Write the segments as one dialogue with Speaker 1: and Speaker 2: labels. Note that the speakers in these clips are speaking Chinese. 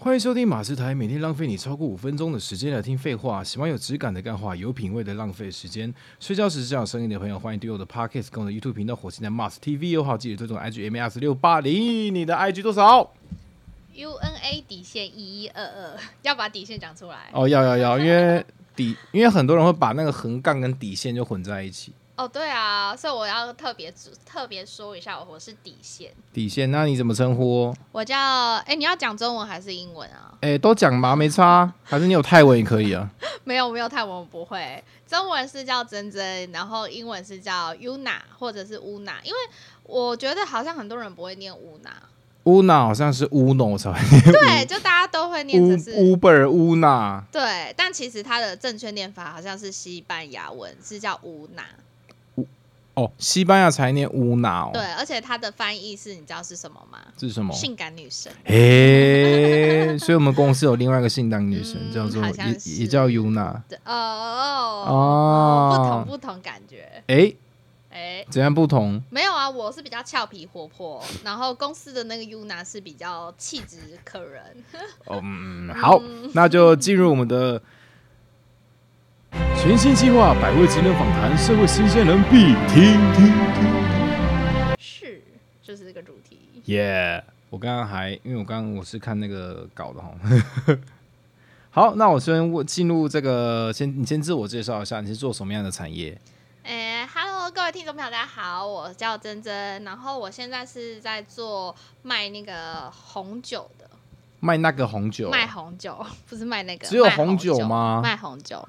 Speaker 1: 欢迎收听马斯台，每天浪费你超过五分钟的时间来听废话。喜欢有质感的干话，有品味的浪费时间。睡觉时只想有声音的朋友，欢迎对我的 Podcast 跟我的 YouTube 频道火星的 Mars TV 友好，记得追踪 IG MAS 六八零。你的 IG 多少？
Speaker 2: UNA 底线一一二二，要把底线讲出来。
Speaker 1: 哦，要要要，因为底，因为很多人会把那个横杠跟底线就混在一起。
Speaker 2: 哦，对啊，所以我要特别指特别说一下，我是底线，
Speaker 1: 底线，那你怎么称呼？
Speaker 2: 我叫哎，你要讲中文还是英文啊？
Speaker 1: 哎，都讲嘛，没差。还是你有泰文也可以啊。
Speaker 2: 没有没有，泰文我不会，中文是叫珍珍，然后英文是叫 Yuna 或者是 Una，因为我觉得好像很多人不会念 Una，
Speaker 1: 乌娜好像是乌诺才
Speaker 2: 对，就大家都会念
Speaker 1: 乌
Speaker 2: 成是。
Speaker 1: 乌贝尔乌娜
Speaker 2: 对，但其实它的正确念法好像是西班牙文，是叫乌娜。
Speaker 1: 哦，西班牙才念乌娜哦。
Speaker 2: 对，而且它的翻译是，你知道是什么吗？
Speaker 1: 这是什么？
Speaker 2: 性感女神。
Speaker 1: 诶，所以我们公司有另外一个性当女神，
Speaker 2: 嗯
Speaker 1: 叫做
Speaker 2: 好像
Speaker 1: 也
Speaker 2: 是
Speaker 1: 也叫 Yuna
Speaker 2: 对哦哦，不同
Speaker 1: 哦。
Speaker 2: 不同感觉，
Speaker 1: 诶，
Speaker 2: 哎、
Speaker 1: 怎样不同？
Speaker 2: 没有啊，我是比较俏皮活泼，然后公司的那个 Yuna 是比较气质可人，
Speaker 1: 哦嗯，好，那就进入我们的全新计划——百位职人访谈，社会新鲜人必听听听。
Speaker 2: 是，就是这个主题。
Speaker 1: 耶、我刚刚还因为我刚刚我是看那个稿的哈。 好，那我先问进入这个，先你先自我介绍一下，你是做什么样的产业？
Speaker 2: 哎、哈 h e l l o 各位听众朋友，大家好，我叫珍珍，然后我现在是在做卖那个红酒的，
Speaker 1: 卖那个红酒？啊
Speaker 2: 卖红酒，不是卖那个，
Speaker 1: 只有
Speaker 2: 卖
Speaker 1: 红
Speaker 2: 红
Speaker 1: 酒吗
Speaker 2: 卖红酒。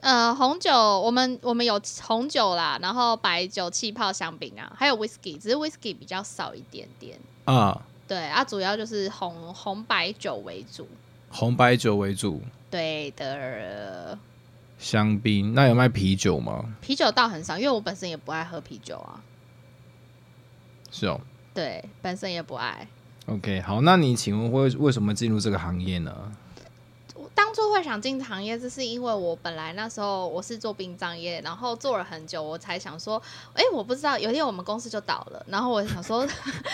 Speaker 2: 呃，红酒我们我们有红酒啦，然后白酒、气泡、香槟啊，还有 whisky，只是 whisky 比较少一点点。
Speaker 1: 啊、
Speaker 2: 对啊，主要就是红红白酒为主。
Speaker 1: 红白酒为主。
Speaker 2: 对的，
Speaker 1: 香槟，那有卖啤酒吗？
Speaker 2: 啤酒倒很少，因为我本身也不爱喝啤酒啊。
Speaker 1: 是哦。
Speaker 2: 对，本身也不爱。
Speaker 1: OK，好，那你请问为为什么进入这个行业呢？
Speaker 2: 我当初会想进行业，这是因为我本来那时候我是做殡葬业，然后做了很久，我才想说，哎、我不知道，有一天我们公司就倒了，然后我想说，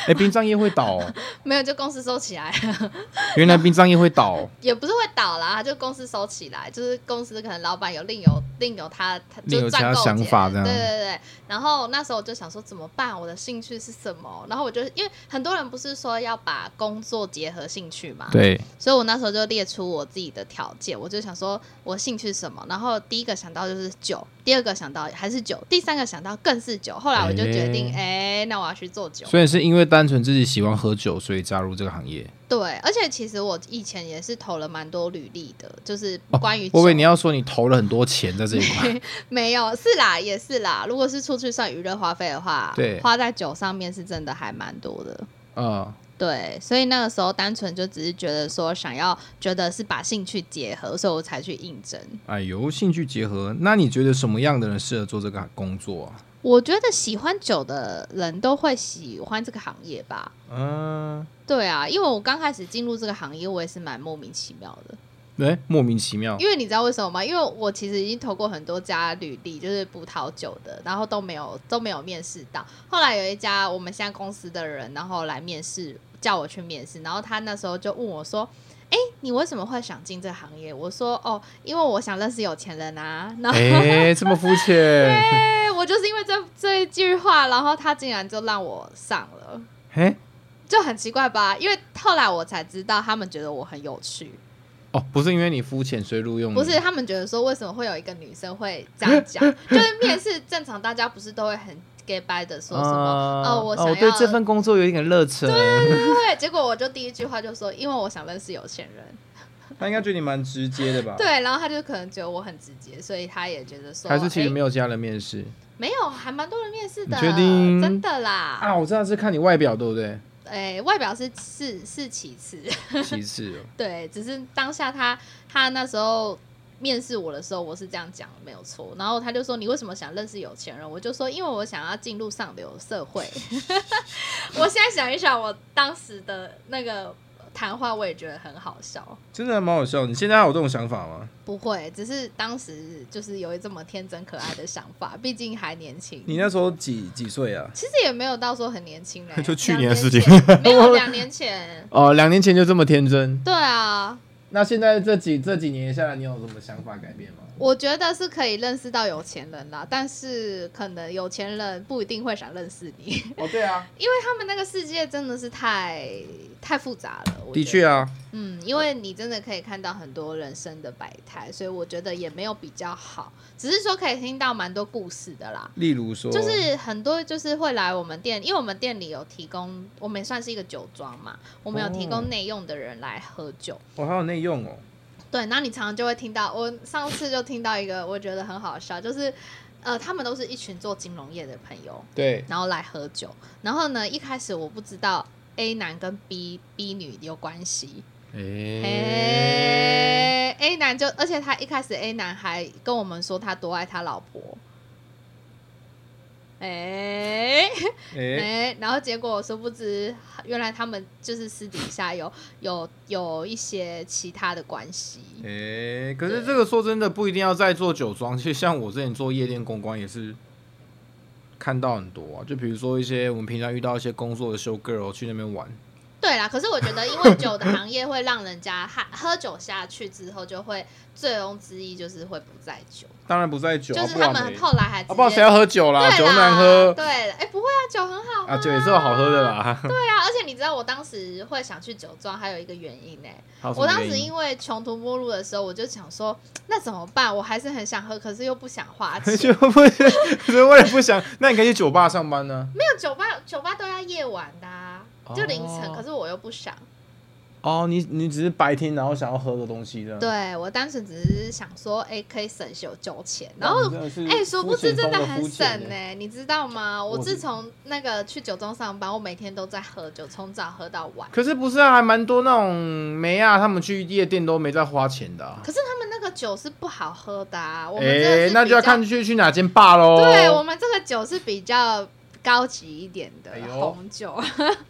Speaker 1: 哎、殡葬业会倒、哦，
Speaker 2: 没有，就公司收起来，
Speaker 1: 原来殡葬业会倒哦、
Speaker 2: 也不是会倒啦，就公司收起来，就是公司可能老板有另有另有他，他
Speaker 1: 另有
Speaker 2: 就赚
Speaker 1: 其
Speaker 2: 够
Speaker 1: 他想
Speaker 2: 钱
Speaker 1: 法这样
Speaker 2: 对对对。然后那时候我就想说怎么办？我的兴趣是什么？然后我就因为很多人不是说要把工作结合兴趣嘛，
Speaker 1: 对，
Speaker 2: 所以我那时候就列出我自己的条件，我就想说我兴趣是什么，然后第一个想到就是酒，第二个想到还是酒，第三个想到更是酒。后来我就决定，哎、那我要去做酒。
Speaker 1: 所以是因为单纯自己喜欢喝酒，所以加入这个行业。
Speaker 2: 对，而且其实我以前也是投了蛮多履历的，就是关于酒、
Speaker 1: 我以为你要说你投了很多钱在这一 块，
Speaker 2: 没有是啦，也是啦。如果是出去算娱乐花费的话，
Speaker 1: 对
Speaker 2: 花在酒上面是真的还蛮多的。
Speaker 1: 嗯，
Speaker 2: 对，所以那个时候单纯就只是觉得说想要，觉得是把兴趣结合，所以我才去应征。
Speaker 1: 哎呦，兴趣结合。那你觉得什么样的人适合做这个工作啊？
Speaker 2: 我觉得喜欢酒的人都会喜欢这个行业吧。
Speaker 1: 嗯，
Speaker 2: 对啊，因为我刚开始进入这个行业，我也是蛮莫名其妙的。
Speaker 1: 哎、莫名其 妙。
Speaker 2: 因为你知道为什么吗？因为我其实已经投过很多家履历，就是葡萄酒的，然后都没有都没有面试到。后来有一家我们现在公司的人，然后来面试，叫我去面试，然后他那时候就问我说：“哎、你为什么会想进这个行业？”我说：“哦，因为我想认识有钱人啊。”然后、
Speaker 1: 哎、这么肤 浅。
Speaker 2: 哎 我就是因为这这一句话，然后他竟然就让我上了，
Speaker 1: 哎、
Speaker 2: 就很奇怪吧？因为后来我才知道，他们觉得我很有趣。
Speaker 1: 哦，不是因为你肤浅所以录用你，
Speaker 2: 不是，他们觉得说为什么会有一个女生会这样 讲？就是面试正常，大家不是都会很 gay bye 的说什么？
Speaker 1: 啊
Speaker 2: 哦，我想
Speaker 1: 哦
Speaker 2: 要、
Speaker 1: 我对这份工作有一点热忱。
Speaker 2: 对，结果我就第一句话就说，因为我想认识有钱人。
Speaker 1: 他应该觉得你蛮直接的吧？，
Speaker 2: 对，然后他就可能觉得我很直接，所以他也觉得说，
Speaker 1: 还是其实
Speaker 2: 诶
Speaker 1: 没有其他人面试、
Speaker 2: 没有，还蛮多人面试的，
Speaker 1: 你确定
Speaker 2: 真的啦。
Speaker 1: 啊？我知道是看你外表对不 对？
Speaker 2: 哎、外表是是是其次，
Speaker 1: 其次哦，
Speaker 2: 对，只是当下他他那时候面试我的时候，我是这样讲没有错。然后他就说：“你为什么想认识有钱人？”我就说：“因为我想要进 入 上流社会。”我现在想一想，我当时的那个谈话，我也觉得很好笑。
Speaker 1: 真的还蛮好笑。你现在还有这种想法吗？
Speaker 2: 不会，只是当时就是有这么天真可爱的想法，毕竟还年轻。
Speaker 1: 你那时候几几岁啊？
Speaker 2: 其实也没有到说很年轻嘞、
Speaker 3: 就去
Speaker 2: 两
Speaker 3: 年
Speaker 2: 年
Speaker 3: 的事情
Speaker 2: 前，没 有两年前。
Speaker 1: 哦，两年前就这么天真。
Speaker 2: 对啊，
Speaker 1: 那现在这几这几年下来，你有什么想法改变吗？
Speaker 2: 我觉得是可以认识到有钱人啦，但是可能有钱人不一定会想认识你，
Speaker 1: 哦，对啊，
Speaker 2: 因为他们那个世界真的是太太复杂了。我觉得
Speaker 1: 的确啊，
Speaker 2: 嗯，因为你真的可以看到很多人生的百态，所以我觉得也没有比较好，只是说可以听到蛮多故事的啦。
Speaker 1: 例如说，
Speaker 2: 就是很多就是会来我们店，因为我们店里有提供，我们也算是一个酒庄嘛，我们有提
Speaker 1: 哦
Speaker 2: 供内用的人来喝酒。
Speaker 1: 我还有内用哦，
Speaker 2: 对，那你常常就会听到，我上次就听到一个，我觉得很好笑，就是呃，他们都是一群做金融业的朋友，
Speaker 1: 对，
Speaker 2: 然后来喝酒。然后呢，一开始我不知道 A 男跟 B B 女有关系，
Speaker 1: 嗯
Speaker 3: 哎，
Speaker 2: 诶 a 男就，而且他一开始 A 男还跟我们说他多爱他老婆。诶诶，
Speaker 1: 哎，
Speaker 2: 然后结果殊不知，原来他们就是私底下有有有一些其他的关系。
Speaker 1: 哎，可是这个说真的，不一定要在做酒庄， 其实像我之前做夜店公关也是。看到很多啊，就比如说一些我们平常遇到一些工作的 show girl 去那边玩，
Speaker 2: 对啦，可是我觉得，因为酒的行业会让人家喝喝酒下去之后，就会醉翁之意就是会不在酒，
Speaker 1: 当然不在酒，
Speaker 2: 就
Speaker 1: 啊
Speaker 2: 是
Speaker 1: 不
Speaker 2: 他
Speaker 1: 然
Speaker 2: 们
Speaker 1: 嘞
Speaker 2: 后来还直
Speaker 1: 啊，
Speaker 2: 接
Speaker 1: 不然谁要喝酒啦？
Speaker 2: 对
Speaker 1: 酒
Speaker 2: 啦
Speaker 1: 难喝
Speaker 2: 对，哎，不会啊，酒很好
Speaker 1: 啊，酒也是有好喝的啦。
Speaker 2: 对啊，而且你知道我当时会想去酒庄，还有一个原因呢、欸
Speaker 1: 还哦有什么
Speaker 2: 我当时
Speaker 1: 原因
Speaker 2: 因为穷途末路的时候，我就想说，那怎么办？我还是很想喝，可是又不想花钱。
Speaker 1: 就不是，所以我也不想。那你可以去酒吧上班呢、
Speaker 2: 没有酒吧，酒吧都要夜晚的、啊，就凌晨。
Speaker 1: 哦
Speaker 2: 可是我又不想。
Speaker 1: 哦，你你只是白天然后想要喝的东西的。
Speaker 2: 对我当时只是想说，哎、可以省酒酒钱，然
Speaker 1: 哇
Speaker 2: 后
Speaker 1: 你真的是
Speaker 2: 哎、殊不
Speaker 1: 肤
Speaker 2: 知
Speaker 1: 浅
Speaker 2: 真
Speaker 1: 中的
Speaker 2: 很
Speaker 1: 肤
Speaker 2: 省
Speaker 1: 浅
Speaker 2: 呢、
Speaker 1: 欸
Speaker 2: 你知道吗？我
Speaker 1: 我
Speaker 2: 自
Speaker 1: 是
Speaker 2: 从那个去酒庄上班，我每天都在喝酒，从早喝到晚。
Speaker 1: 可是不是啊，还蛮多那种梅啊，他们去夜店都没在花钱的、啊。
Speaker 2: 可是他们那个酒是不好喝的啊，我们真的
Speaker 1: 哎、
Speaker 2: 是
Speaker 1: 那
Speaker 2: 比
Speaker 1: 就要
Speaker 2: 较
Speaker 1: 看哦去去哪间坝喽。
Speaker 2: 对我们这个酒是比较高级一点的
Speaker 1: 哎呦
Speaker 2: 红酒，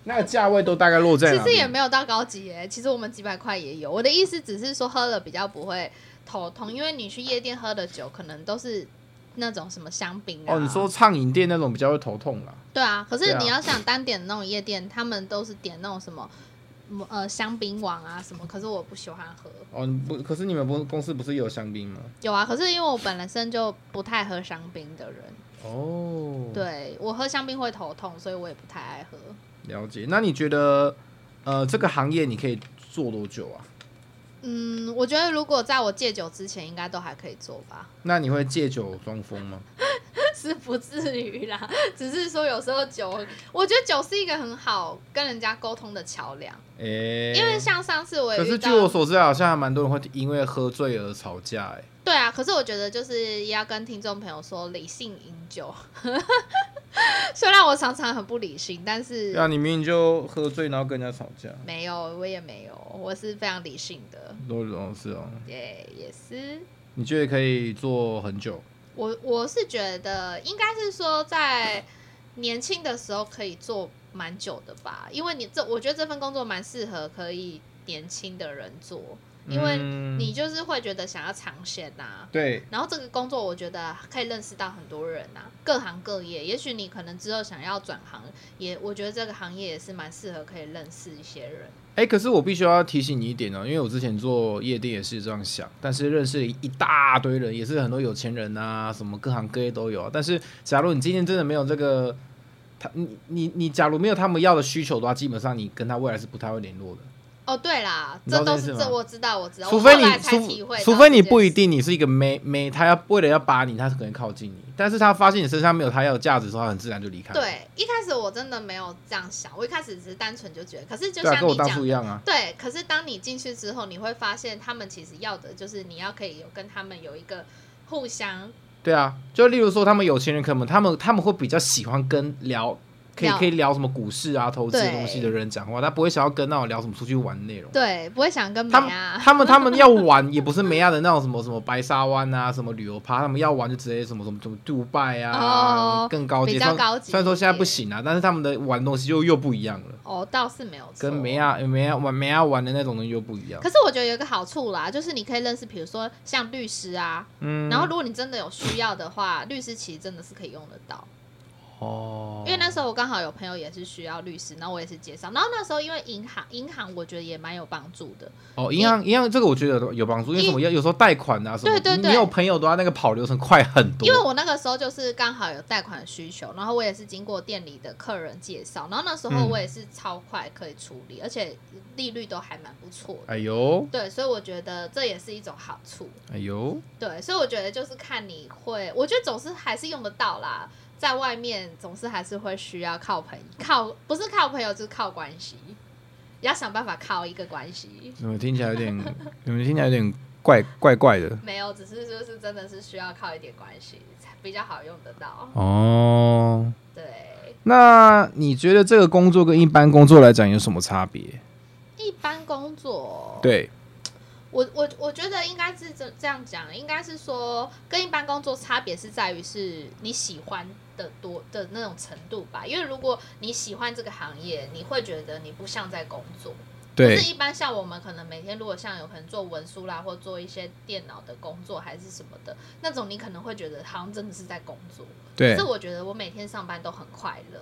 Speaker 1: 那个价位都大概落在
Speaker 2: 其
Speaker 1: 哪里？
Speaker 2: 实也没有到高级耶、其实我们几百块也有。我的意思只是说喝了比较不会头痛，因为你去夜店喝的酒可能都是那种什么香槟啊。
Speaker 1: 哦，你说畅饮店那种比较会头痛啦。
Speaker 2: 对啊，可
Speaker 1: 对
Speaker 2: 是
Speaker 1: 啊
Speaker 2: 你要想单点那种夜店，他们都是点那种什么。嗯呃，香槟王啊什么，可是我不喜欢喝。
Speaker 1: 哦，你不，可是你们不公司不是也有香槟吗？
Speaker 2: 有啊，可是因为我本身就不太喝香槟的人，
Speaker 1: 哦，，
Speaker 2: 对我喝香槟会头痛，所以我也不太爱喝。
Speaker 1: 了解。那你觉得，呃，这个行业你可以做多久啊？
Speaker 2: 嗯，我觉得如果在我戒酒之前，应该都还可以做吧，
Speaker 1: 那你会借酒装疯吗？
Speaker 2: 是不至于啦。只是说有时候酒，我觉得酒是一个很好跟人家沟通的桥梁，
Speaker 1: 诶、
Speaker 2: 因为像上次我也
Speaker 1: 可
Speaker 2: 遇
Speaker 1: 是据
Speaker 2: 到，
Speaker 1: 我所知，好像还蛮多人会因为喝醉而吵架、欸。
Speaker 2: 对啊，可是我觉得就是也要跟听众朋友说理性饮酒。 虽然我常常很不理性，但
Speaker 1: 对
Speaker 2: 是
Speaker 1: 啊，你明明就喝醉，然后跟人家吵架。
Speaker 2: 没有，我也没有，我是非常理性的，
Speaker 1: 都哦是哦，
Speaker 2: 也、也是。
Speaker 1: 你觉得可以做很久？
Speaker 2: 我我是觉得应该是说在年轻的时候可以做蛮久的吧，因为你这我觉得这份工作蛮适合可以年轻的人做，因为
Speaker 1: 嗯
Speaker 2: 你就是会觉得想要尝鲜啊呐。
Speaker 1: 对
Speaker 2: 然后这个工作，我觉得可以认识到很多人呐、各行各业。也许你可能之后想要转行，也我觉得这个行业也是蛮适合可以认识一些人。
Speaker 1: 哎、可是我必须要提醒你一点哦、因为我之前做夜店也是这样想，但是认识一大堆人，也是很多有钱人啊，什么各行各业都有啊。但是假如你今天真的没有这个，他你你你假如没有他们要的需求的话，基本上你跟他未来是不太会联络的。
Speaker 2: 哦，对啦，
Speaker 1: 你知
Speaker 2: 这
Speaker 1: 道
Speaker 2: 都
Speaker 1: 这件
Speaker 2: 是
Speaker 1: 事
Speaker 2: 这
Speaker 1: 吗
Speaker 2: 我知道，我知道。
Speaker 1: 除
Speaker 2: 我
Speaker 1: 非
Speaker 2: 后来
Speaker 1: 你
Speaker 2: 才体
Speaker 1: 除
Speaker 2: 会到
Speaker 1: 除非
Speaker 2: 这
Speaker 1: 你
Speaker 2: 件
Speaker 1: 不一
Speaker 2: 事
Speaker 1: 定你是一个妹妹，他要为了要把你，他可能靠近你，但是他发现你身上没有他要的价值的时候，他很自然就离开。，
Speaker 2: 对，一开始我真的没有这样想，我一开始只是单纯就觉得，可是就
Speaker 1: 对啊，
Speaker 2: 像
Speaker 1: 跟我
Speaker 2: 你
Speaker 1: 当初
Speaker 2: 讲
Speaker 1: 一
Speaker 2: 的，
Speaker 1: 样啊。
Speaker 2: 对，可是当你进去之后，你会发现他们其实要的就是你要可以有跟他们有一个互相，
Speaker 1: 对啊，就例如说他们有钱人可能他们他们会比较喜欢跟聊可以
Speaker 2: 聊
Speaker 1: 可以聊什么股市啊、投资的东西的
Speaker 2: 对
Speaker 1: 人讲话，他不会想要跟那种聊什么出去玩的内容。
Speaker 2: 对，不会想跟美
Speaker 1: 他们
Speaker 2: 啊，
Speaker 1: 他们他们要玩 也不是梅亚的那种什么什么白沙湾啊，什么旅游趴，他们要玩就直接什么什么什么杜拜啊，
Speaker 2: 哦
Speaker 1: 更高阶。虽
Speaker 2: 比较
Speaker 1: 然
Speaker 2: 高级
Speaker 1: 虽然说现在不行啊，但是他们的玩东西就又不一样了，
Speaker 2: 哦，倒是没有错
Speaker 1: 跟梅亚梅亚玩梅亚玩的那种东西又不一样。
Speaker 2: 可是我觉得有一个好处啦，就是你可以认识，比如说像律师啊，
Speaker 1: 嗯，
Speaker 2: 然后如果你真的有需要的话，律师其实真的是可以用得到。
Speaker 1: 哦，
Speaker 2: 因为那时候我刚好有朋友也是需要律师，然后我也是介绍。然后那时候因为银行，银行我觉得也蛮有帮助的。
Speaker 1: 哦，银行银行这个我觉得有帮助，因为
Speaker 2: 因
Speaker 1: 什么？有有时候贷款啊什么，
Speaker 2: 对对
Speaker 1: 你
Speaker 2: 对
Speaker 1: 你有朋友的话，那个跑流程快很多。
Speaker 2: 因为我那个时候就是刚好有贷款的需求，然后我也是经过店里的客人介绍，然后那时候
Speaker 1: 嗯
Speaker 2: 我也是超快可以处理，而且利率都还蛮不错的。
Speaker 1: 哎呦
Speaker 2: 对，所以我觉得这也是一种好处。
Speaker 1: 哎呦，
Speaker 2: 对，所以我觉得就是看你会，我觉得总是还是用得到啦，在外面总是还是会需要靠朋靠，不是靠朋友，就是靠关系，也要想办法靠一个关系。
Speaker 1: 你们听起来有点，你们听起来有点怪怪怪的
Speaker 2: 没有，只是就是真的是需要靠一点关系才比较好用得到。
Speaker 1: 哦。
Speaker 2: 对，
Speaker 1: 那你觉得这个工作跟一般工作来讲有什么差别？
Speaker 2: 一般工作，
Speaker 1: 对，
Speaker 2: 我我我觉得应该是这这样讲，应该是说跟一般工作差别是在于是你喜欢的多的那种程度吧。因为如果你喜欢这个行业，你会觉得你不像在工作。
Speaker 1: 对
Speaker 2: 可是，一般像我们可能每天如果像有可能做文书啦，或做一些电脑的工作还是什么的那种，你可能会觉得好像真的是在工作。
Speaker 1: 对
Speaker 2: 可是，我觉得我每天上班都很快乐，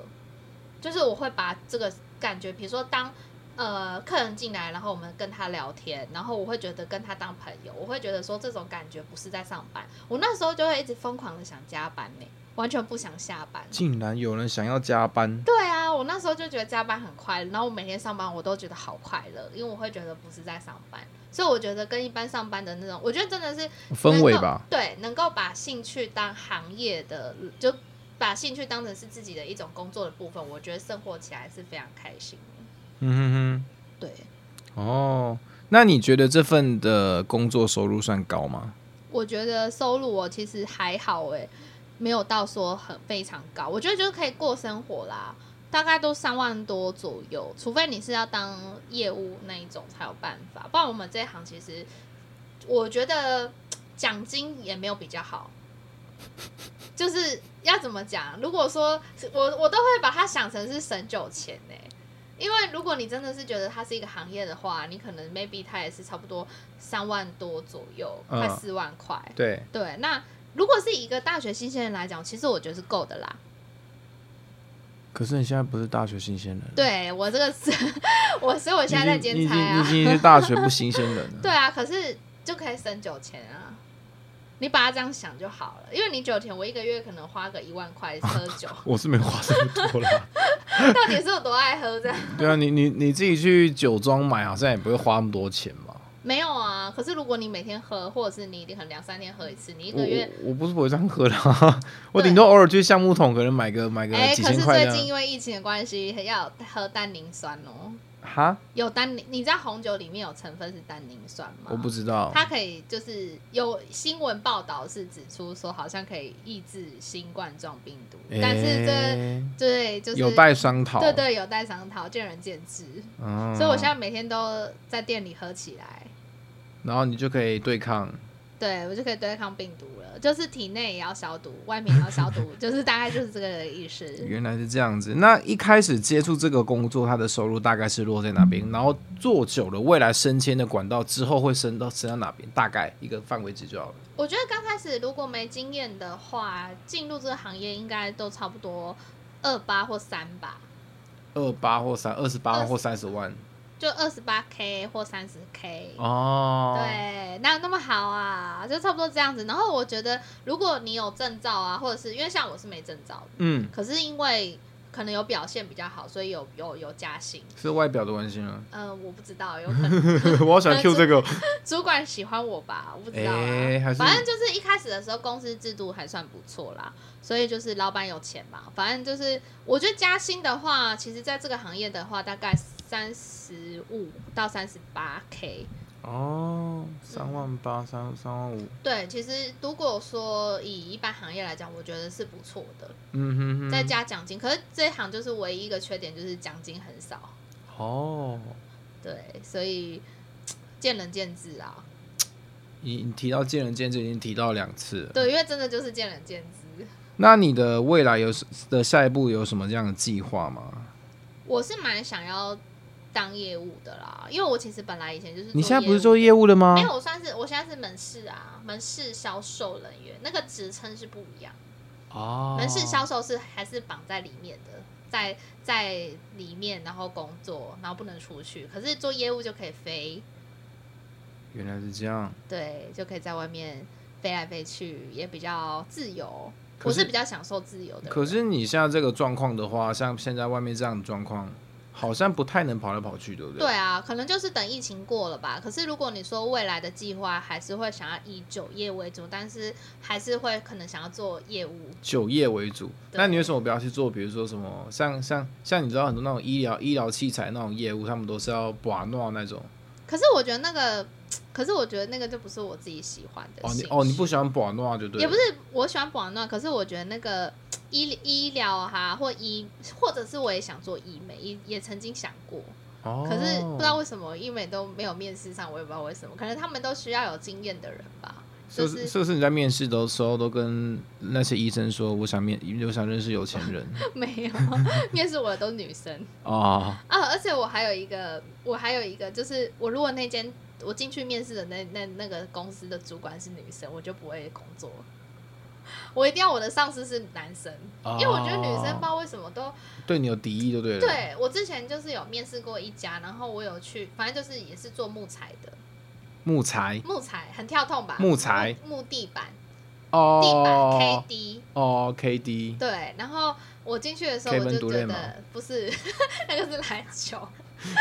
Speaker 2: 就是我会把这个感觉，比如说当呃客人进来，然后我们跟他聊天，然后我会觉得跟他当朋友，我会觉得说这种感觉不是在上班。我那时候就会一直疯狂的想加班呢、完全不想下班。
Speaker 1: 竟然有人想要加班，
Speaker 2: 对啊，我那时候就觉得加班很快乐，然后我每天上班我都觉得好快乐，因为我会觉得不是在上班，所以我觉得跟一般上班的那种，我觉得真的是
Speaker 1: 哦氛围吧？
Speaker 2: 能够对，能够把兴趣当行业的，就把兴趣当成是自己的一种工作的部分，我觉得生活起来是非常开心的。
Speaker 1: 嗯
Speaker 2: 对，
Speaker 1: 哼哼，哦，那你觉得这份的工作收入算高吗？
Speaker 2: 我觉得收入我其实还好诶、没有到说很非常高，我觉得就是可以过生活啦，大概都三万多左右，除非你是要当业务那一种才有办法，不然我们这一行其实我觉得奖金也没有比较好， 就是要怎么讲？如果说是我我都会把它想成是省酒钱呢、因为如果你真的是觉得它是一个行业的话，你可能 maybe 它也是差不多三万多左右，
Speaker 1: 嗯
Speaker 2: 快四万块。
Speaker 1: 对，
Speaker 2: 对，那如果是以一个大学新鲜人来讲，其实我觉得是够的啦。
Speaker 1: 可是你现在不是大学新鲜人，
Speaker 2: 对我这个是， 我所以我现在在
Speaker 1: 你已
Speaker 2: 兼
Speaker 1: 经
Speaker 2: 差啊
Speaker 1: 你已，经你已经是大学不新鲜人了。
Speaker 2: 对啊，可是就可以省酒钱啊。你把它这样想就好了，因为你酒钱，我一个月可能花个一万块喝 酒，
Speaker 1: 我是没花这么多啦。
Speaker 2: 到底是有多爱喝这样？
Speaker 1: 对啊，你你你自己去酒庄买，啊好像也不会花那么多钱嘛。
Speaker 2: 没有啊，可是如果你每天喝，或者是你可能两三天喝一次，你一
Speaker 1: 我
Speaker 2: 个月，
Speaker 1: 我我不是不会这样喝的、 啊，我顶多偶尔去橡木桶，可能买个买个
Speaker 2: 哎、
Speaker 1: 哦几
Speaker 2: 可
Speaker 1: 千
Speaker 2: 是
Speaker 1: 块
Speaker 2: 最
Speaker 1: 这
Speaker 2: 近
Speaker 1: 样。
Speaker 2: 因为疫情的关系，要喝单宁酸哦。
Speaker 1: 哈，
Speaker 2: 有单宁，你知道红酒里面有成分是单宁酸吗？
Speaker 1: 我不知道。
Speaker 2: 它可以就是有新闻报道是指出说，好像可以抑制新冠状病毒，但是这
Speaker 1: 哎
Speaker 2: 对就是
Speaker 1: 有待商讨。
Speaker 2: 对对有待商讨，见仁见智。
Speaker 1: 嗯，
Speaker 2: 所以我现在每天都在店里喝起来，
Speaker 1: 然后你就可以对抗。
Speaker 2: 对我就可以对抗病毒了，就是体内也要消毒，外面也要 消毒，就是大概就是这个意思。
Speaker 1: 原来是这样子。那一开始接触这个工作，他的收入大概是落在哪边？
Speaker 2: 嗯
Speaker 1: 然后做久了，未来升迁的管道之后会升到升到哪边？大概一个范围值就好了。
Speaker 2: 我觉得刚开始如果没经验的话，进入这个行业应该都差不多二八或三吧。
Speaker 1: 二八或三，二十八万或三十万
Speaker 2: 就二十八 k 或三十 k，
Speaker 1: 哦。
Speaker 2: 对，哪有那么好啊？就差不多这样子。然后我觉得，如果你有证照啊，或者是因为像我是没证照的，
Speaker 1: 嗯，
Speaker 2: 可是因为可能有表现比较好，所以有有有加薪。
Speaker 1: 是外表的关心 啊。
Speaker 2: 呃，我不知道，有可能
Speaker 1: 我好想 Q 这个，
Speaker 2: 主管喜欢我吧，我 不知道啊。
Speaker 1: 哎还是
Speaker 2: 反正就是一开始的时候，公司制度还算不错啦，所以就是老板有钱嘛。反正就是，我觉得加薪的话，其实在这个行业的话，大概三十五到三十八 k。
Speaker 3: 哦，三万八，三三万五，
Speaker 2: 对，其实如果说以一般行业来讲，我觉得是不错的，
Speaker 3: 嗯哼哼，
Speaker 2: 再加奖金。可是这一行就是唯一一个缺点，就是奖金很少。
Speaker 3: 哦，
Speaker 2: 对，所以见仁见智啊。
Speaker 1: 你你提到见仁见智，已经提到两次了。
Speaker 2: 对，因为真的就是见仁见智。
Speaker 1: 那你的未来有什的下一步有什么这样的计划吗？
Speaker 2: 我是蛮想要当业务的啦，因为我其实本来以前就是
Speaker 1: 你现在不是
Speaker 2: 做
Speaker 1: 做
Speaker 2: 业务
Speaker 1: 业务的吗
Speaker 2: 的没？有，我算是我现在是门市啊，门市销售人员，那个职称是不一样。
Speaker 1: 哦
Speaker 2: 门市销售是还是绑在里面的，在在里面然后工作，然后不能出去。可是做业务就可以飞，
Speaker 1: 原来是这样。
Speaker 2: 对，就可以在外面飞来飞去，也比较自由。
Speaker 1: 可
Speaker 2: 我
Speaker 1: 是
Speaker 2: 是比较享受自由的人。
Speaker 1: 可是你现在这个状况的话，像现在外面这样的状况，好像不太能跑来跑去，对不对？
Speaker 2: 对。啊，可能就是等疫情过了吧。可是如果你说未来的计划，还是会想要以酒业为主，但是还是会可能想要做业务。
Speaker 1: 酒业为主，
Speaker 2: 对
Speaker 1: 那你为什么不要去做？比如说什么，像像像你知道很多那种医疗医疗器材那种业务，他们都是要把诺那种。
Speaker 2: 可是我觉得那个，可是我觉得那个就不是我自己喜欢的
Speaker 1: 哦，
Speaker 2: 兴
Speaker 1: 你
Speaker 2: 趣。
Speaker 1: 哦你不喜欢把诺就对了。
Speaker 2: 也不是我喜欢保暖，可是我觉得那个医医疗哈、或医，或者是我也想做医美，也也曾经想过，
Speaker 1: 哦，
Speaker 2: 可是不知道为什么医美都没有面试上，我也不知道为什么，可能他们都需要有经验的人吧。
Speaker 1: 是不
Speaker 2: 就是是
Speaker 1: 是不是你在面试的时候都跟那些医生说，我想面，我想认识有钱 人
Speaker 2: 没有面试我的都是女生
Speaker 1: 哦，
Speaker 2: 啊，而且我还有一个，我还有一个就是我如果那间我进去面试的那那那个公司的主管是女生，我就不会工作了。我一定要我的上司是男生，因为我觉得女生不知
Speaker 1: 哦
Speaker 2: 道为什么都
Speaker 1: 对你有敌意就对了。，
Speaker 2: 对我之前就是有面试过一家，然后我有去，反正就是也是做木材的，
Speaker 1: 木材
Speaker 2: 木材很跳痛吧？
Speaker 1: 木材
Speaker 2: 木木地板，地板
Speaker 1: 哦
Speaker 2: KD，、
Speaker 1: 哦 KD
Speaker 2: 对。然后我进去的时候，我
Speaker 1: Kevin
Speaker 2: 就觉
Speaker 1: Durant 吗
Speaker 2: 得不是 那个是篮球。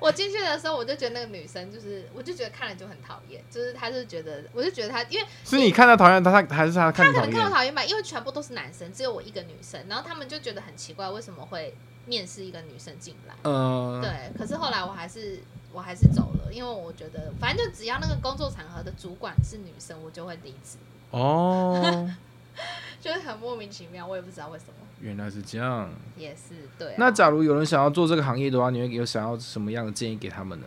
Speaker 2: 我进去的时候，我就觉得那个女生就是，我就觉得看了就很讨厌，就是她就觉得，我就觉得她，因为
Speaker 1: 是你看他讨厌他，他还是他看
Speaker 2: 她
Speaker 1: 你
Speaker 2: 可
Speaker 1: 讨
Speaker 2: 能看我
Speaker 1: 厌？
Speaker 2: 讨厌吧，因为全部都是男生，只有我一个女生，然后他们就觉得很奇怪，为什么会面试一个女生进来？
Speaker 1: 嗯，
Speaker 2: 对，可是后来我还是我还是走了，因为我觉得反正就只要那个工作场合的主管是女生，我就会离职，
Speaker 1: 哦，
Speaker 2: 就是很莫名其妙，我也不知道为什么。
Speaker 1: 原来是这样。
Speaker 2: 也是对啊、
Speaker 1: 那假如有人想要做这个行业的话，你会有想要什么样的建议给他们呢？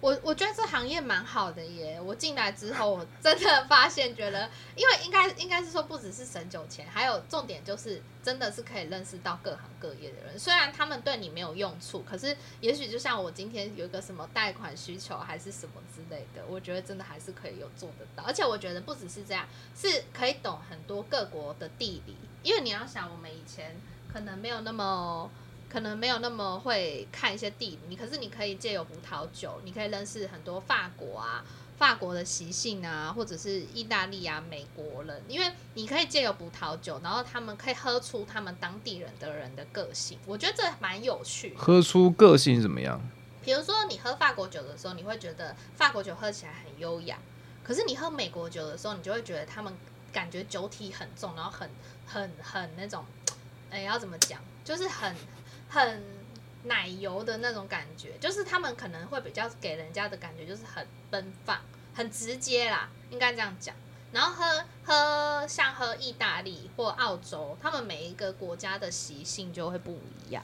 Speaker 2: 我我觉得这行业蛮好的耶，我进来之后，我真的发现觉得，因为应该应该是说不只是省酒钱，还有重点就是真的是可以认识到各行各业的人，虽然他们对你没有用处，可是也许就像我今天有一个什么贷款需求还是什么之类的，我觉得真的还是可以有做得到，而且我觉得不只是这样，是可以懂很多各国的地理，因为你要想我们以前可能没有那么。可能没有那么会看一些地理，可是你可以借由葡萄酒，你可以认识很多法国啊、法国的习性啊，或者是意大利啊、美国人，因为你可以借由葡萄酒，然后他们可以喝出他们当地人的人的个性，我觉得这蛮有趣的。
Speaker 1: 喝出个性怎么样？
Speaker 2: 比如说，你喝法国酒的时候，你会觉得法国酒喝起来很优雅，可是你喝美国酒的时候，你就会觉得他们感觉酒体很重，然后很很很那种，哎、要怎么讲，就是很很奶油的那种感觉，就是他们可能会比较给人家的感觉就是很奔放、很直接啦，应该这样讲。然后喝喝像喝意大利或澳洲，他们每一个国家的习性就会不一样。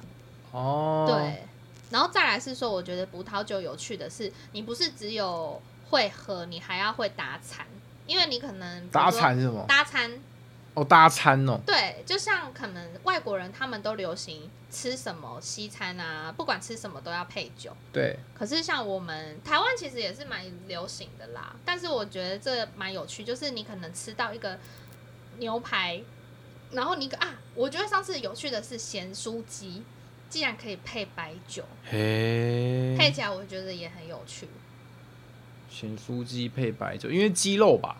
Speaker 1: 哦，，
Speaker 2: 对，然后再来是说，我觉得葡萄酒有趣的是，你不是只有会喝，你还要会打餐，因为你可能比如
Speaker 1: 搭
Speaker 2: 说
Speaker 1: 餐是什么？
Speaker 2: 搭餐，
Speaker 1: 哦，搭餐哦，
Speaker 2: 对，就像可能外国人他们都流行吃什么西餐啊，不管吃什么都要配酒。
Speaker 1: 对，
Speaker 2: 可是像我们台湾其实也是蛮流行的啦，但是我觉得这蛮有趣，就是你可能吃到一个牛排，然后你啊，我觉得上次有趣的是咸酥鸡，竟然可以配白酒，
Speaker 1: 嘿
Speaker 2: 配起来我觉得也很有趣。
Speaker 1: 咸酥鸡配白酒，因为鸡肉吧，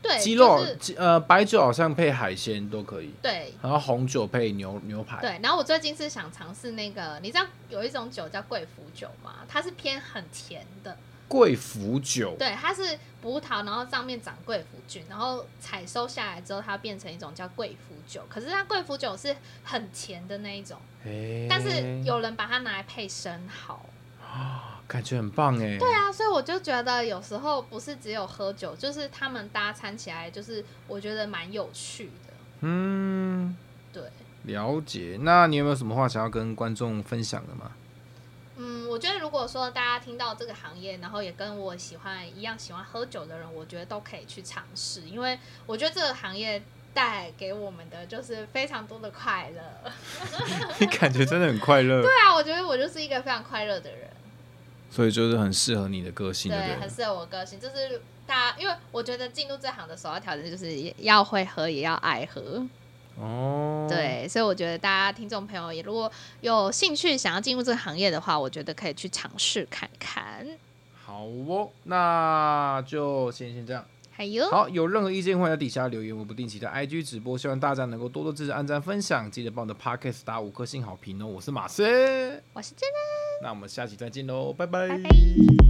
Speaker 2: 对，
Speaker 1: 鸡肉、
Speaker 2: 就是、
Speaker 1: 鸡呃白酒好像配海鲜都可以，
Speaker 2: 对
Speaker 1: 然后红酒配牛牛排。
Speaker 2: 对。然后我最近是想尝试那个，你知道有一种酒叫贵腐酒吗？它是偏很甜的，
Speaker 1: 贵腐酒，
Speaker 2: 对，它是葡萄，然后上面长贵腐菌，然后采收下来之后，它变成一种叫贵腐酒。可是它贵腐酒是很甜的那一种，
Speaker 1: 嘿
Speaker 2: 但是有人把它拿来配生蚝。
Speaker 3: 感觉很棒
Speaker 1: 欸
Speaker 3: 哎。
Speaker 2: 对啊，所以我就觉得有时候不是只有喝酒，就是他们搭餐起来，就是我觉得蛮有趣的。
Speaker 3: 嗯，
Speaker 2: 对，
Speaker 1: 了解。那你有没有什么话想要跟观众分享的 吗？
Speaker 2: 嗯，我觉得如果说大家听到这个行业，然后也跟我喜欢一样喜欢喝酒的人，我觉得都可以去尝试，因为我觉得这个行业带给我们的就是非常多的快乐。
Speaker 3: 你感觉真的很快乐。
Speaker 2: 对啊，我觉得我就是一个非常快乐的人，
Speaker 1: 所以就是很适合你的个性，对
Speaker 2: 对，
Speaker 1: 不
Speaker 2: 很
Speaker 1: 对？
Speaker 2: 适合我个性。就是大家，因为我觉得进入这行的首要条件就是也要会喝，也要爱喝。
Speaker 3: 哦，，
Speaker 2: 对，所以我觉得大家听众朋友也如果有兴趣想要进入这个行业的话，我觉得可以去尝试看看。
Speaker 1: 好哦，那就先先这样。
Speaker 2: 还有，
Speaker 1: 好，有任何意见欢迎在底下留言，我不定期的 IG 直播，希望大家能够多多支持、按赞、分享，记得帮我的 Podcast 打五颗星好评哦。我是马斯，
Speaker 2: 我是真的，
Speaker 1: 那我们下期再见喽，拜拜
Speaker 2: 拜拜。